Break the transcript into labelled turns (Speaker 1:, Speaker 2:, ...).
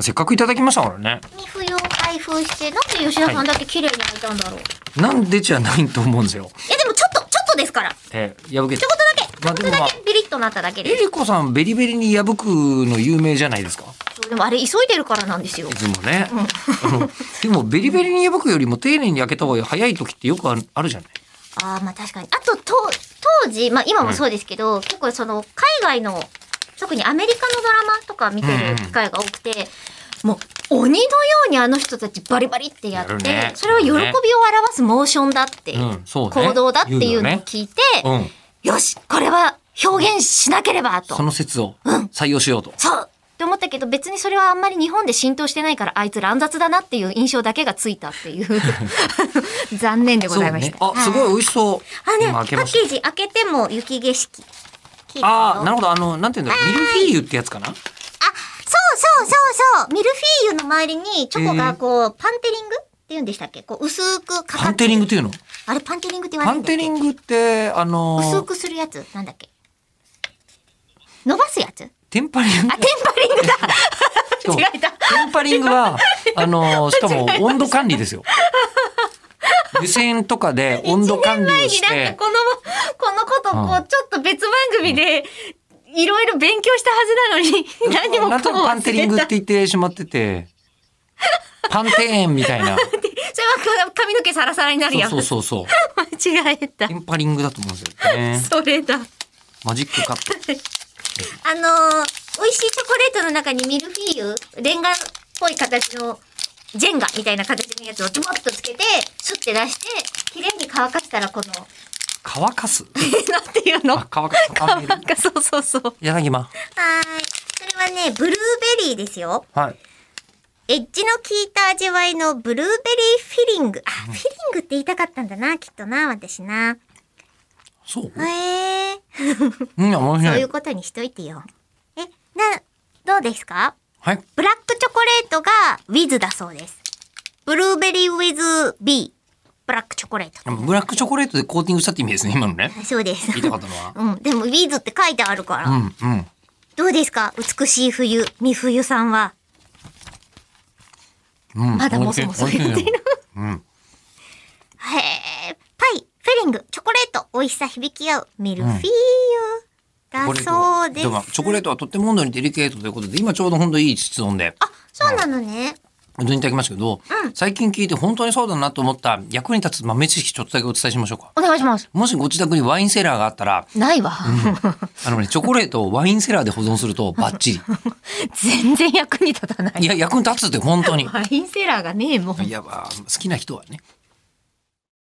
Speaker 1: せっかくいただきましたからね。
Speaker 2: 不要開封して、なんで吉田さんだけ綺麗に開いたんだろう。い、
Speaker 1: なんでじゃないと思うんですよ。
Speaker 2: や、でもちょっと、ちょっとですから。ちょっ
Speaker 1: えー、破けて。
Speaker 2: とだけ、
Speaker 1: まあ
Speaker 2: ち
Speaker 1: で
Speaker 2: ょっ
Speaker 1: も
Speaker 2: と
Speaker 1: ま
Speaker 2: だ
Speaker 1: あ
Speaker 2: けビリッとなっただけ
Speaker 1: え
Speaker 2: で
Speaker 1: りこさん、ベリベリに破くの有名じゃないですか
Speaker 2: す。でもあれ急いでるからなんですよ
Speaker 1: い。つもね。あのでも、ベリベリに破くよりも丁寧に焼けた方が早い時ってよくあるあるじゃない
Speaker 2: ああ、まあ確かに。あと、と、当時、まあ今もそうですけど、結構その、海外の、特にアメリカのドラマとか見てる機会が多くて、もう鬼のようにあの人たちバリバリってやって
Speaker 1: やるね
Speaker 2: それは喜びを表すモーションだって、
Speaker 1: うんそうね
Speaker 2: 行動だっていうの
Speaker 1: 言
Speaker 2: を
Speaker 1: うよね
Speaker 2: 聞いて、
Speaker 1: うん。
Speaker 2: よしこれは表現しなければと、
Speaker 1: その説を採用しようと。
Speaker 2: そうって思ったけど別にそれはあんまり日本で浸透してないからあいつ乱雑だなっていう印象だけがついたっていう 残念でご
Speaker 1: そう
Speaker 2: ざいまし
Speaker 1: ね
Speaker 2: た。。
Speaker 1: あ、すごい美味しそう。
Speaker 2: あね、
Speaker 1: 今
Speaker 2: パ
Speaker 1: 開け
Speaker 2: ッ
Speaker 1: ました
Speaker 2: ケージ開けても雪景色。綺麗よ
Speaker 1: ああ、な
Speaker 2: あ、
Speaker 1: るほど。あの、なんていうんだろう。ミルフィーユってやつかな
Speaker 2: そうそうそうそう。ミルフィーユの周りにチョコがこう、パンテリングって言うんでしたっけこう、薄くかかって
Speaker 1: パンテリングってていうの
Speaker 2: あれ、パンテリングって言わ
Speaker 1: パン
Speaker 2: れるんだっ
Speaker 1: テ
Speaker 2: け
Speaker 1: リングって、あの
Speaker 2: 薄
Speaker 1: ー、
Speaker 2: くするやつなんだっけ伸ばすやつあ、テ
Speaker 1: テン
Speaker 2: ン
Speaker 1: パリング。
Speaker 2: パリ ングだ
Speaker 1: しかも
Speaker 2: 違えた。
Speaker 1: テンパリング は、あのー、しかも温度管理ですよ。湯煎とかで温度管理をし
Speaker 2: 前になん
Speaker 1: て
Speaker 2: か、この、このことをこ
Speaker 1: う
Speaker 2: う、ちょっと別番組で、いろいろ勉強したはずなの に、何も
Speaker 1: なんと
Speaker 2: か
Speaker 1: なく
Speaker 2: も
Speaker 1: パンテ
Speaker 2: 忘
Speaker 1: リ
Speaker 2: れ
Speaker 1: ングって
Speaker 2: た。
Speaker 1: 言ってしまってて、パンテーンみたい な。
Speaker 2: それは髪の毛サラサラになるやつ
Speaker 1: そう。そうそうそう。
Speaker 2: 間違えた
Speaker 1: テ。ンパリングだと思うんですよね。
Speaker 2: それだ。あ
Speaker 1: マジックカップ。
Speaker 2: のー、美味しいチョコレートの中にミルフィーユ、レンガっぽい形の、ジェンガみたいな形のやつをちょもっとつけて、スッて出して、綺麗に乾かしたらこの、
Speaker 1: 乾かす
Speaker 2: なんていうの
Speaker 1: あ、乾かす。乾める
Speaker 2: なんか そうそうそう。は
Speaker 1: 柳間。
Speaker 2: ーい。それはね、ブルーベリーですよ。
Speaker 1: はい。
Speaker 2: エッジの効いた味わいのブルーベリーフィリング。あ、フィリングって言いたかったんだな、きっとな、私な。
Speaker 1: そう
Speaker 2: へえー。
Speaker 1: うん、面
Speaker 2: そう
Speaker 1: 白
Speaker 2: い。
Speaker 1: いう
Speaker 2: ことにしといてよ。え、な、どうですか
Speaker 1: はい。
Speaker 2: ブラックチョコレートが with だそうです。ブルーベリー with B。ブラックチョコレート。
Speaker 1: ブラックチョコレートでコーティングしたって意味ですね、今のね。
Speaker 2: そうです。
Speaker 1: 言いたかったのは。
Speaker 2: うん、でも with って書いてあるから。
Speaker 1: うん、うん。
Speaker 2: どうですか美しい冬、美冬さんは。
Speaker 1: うん、
Speaker 2: まだもそもそ言ってる
Speaker 1: 美味しいよ。うん。
Speaker 2: へえ、パイ、フィリング、チョコレート、美味しさ響き合う、ミルフィーユ。だそうです。
Speaker 1: もチョコレートはとっても温度にデリケートということで、今ちょうど本当にいい室温で、
Speaker 2: あ、そうなのね。
Speaker 1: 本当にいただきましたけど、
Speaker 2: うん
Speaker 1: 最近聞いて本当にそうだなと思った役に立つ豆知識ちょっとだけお伝えしましょうか。
Speaker 2: お願いします。
Speaker 1: もしご自宅にワインセラーがあったら、
Speaker 2: ないわ。
Speaker 1: あのね、チョコレートをワインセラーで保存するとバッチリ。
Speaker 2: 全然役に立たない
Speaker 1: いや、役に立つって本当に。
Speaker 2: ワインセラーがねえもん。
Speaker 1: いや、まあ好きな人はね。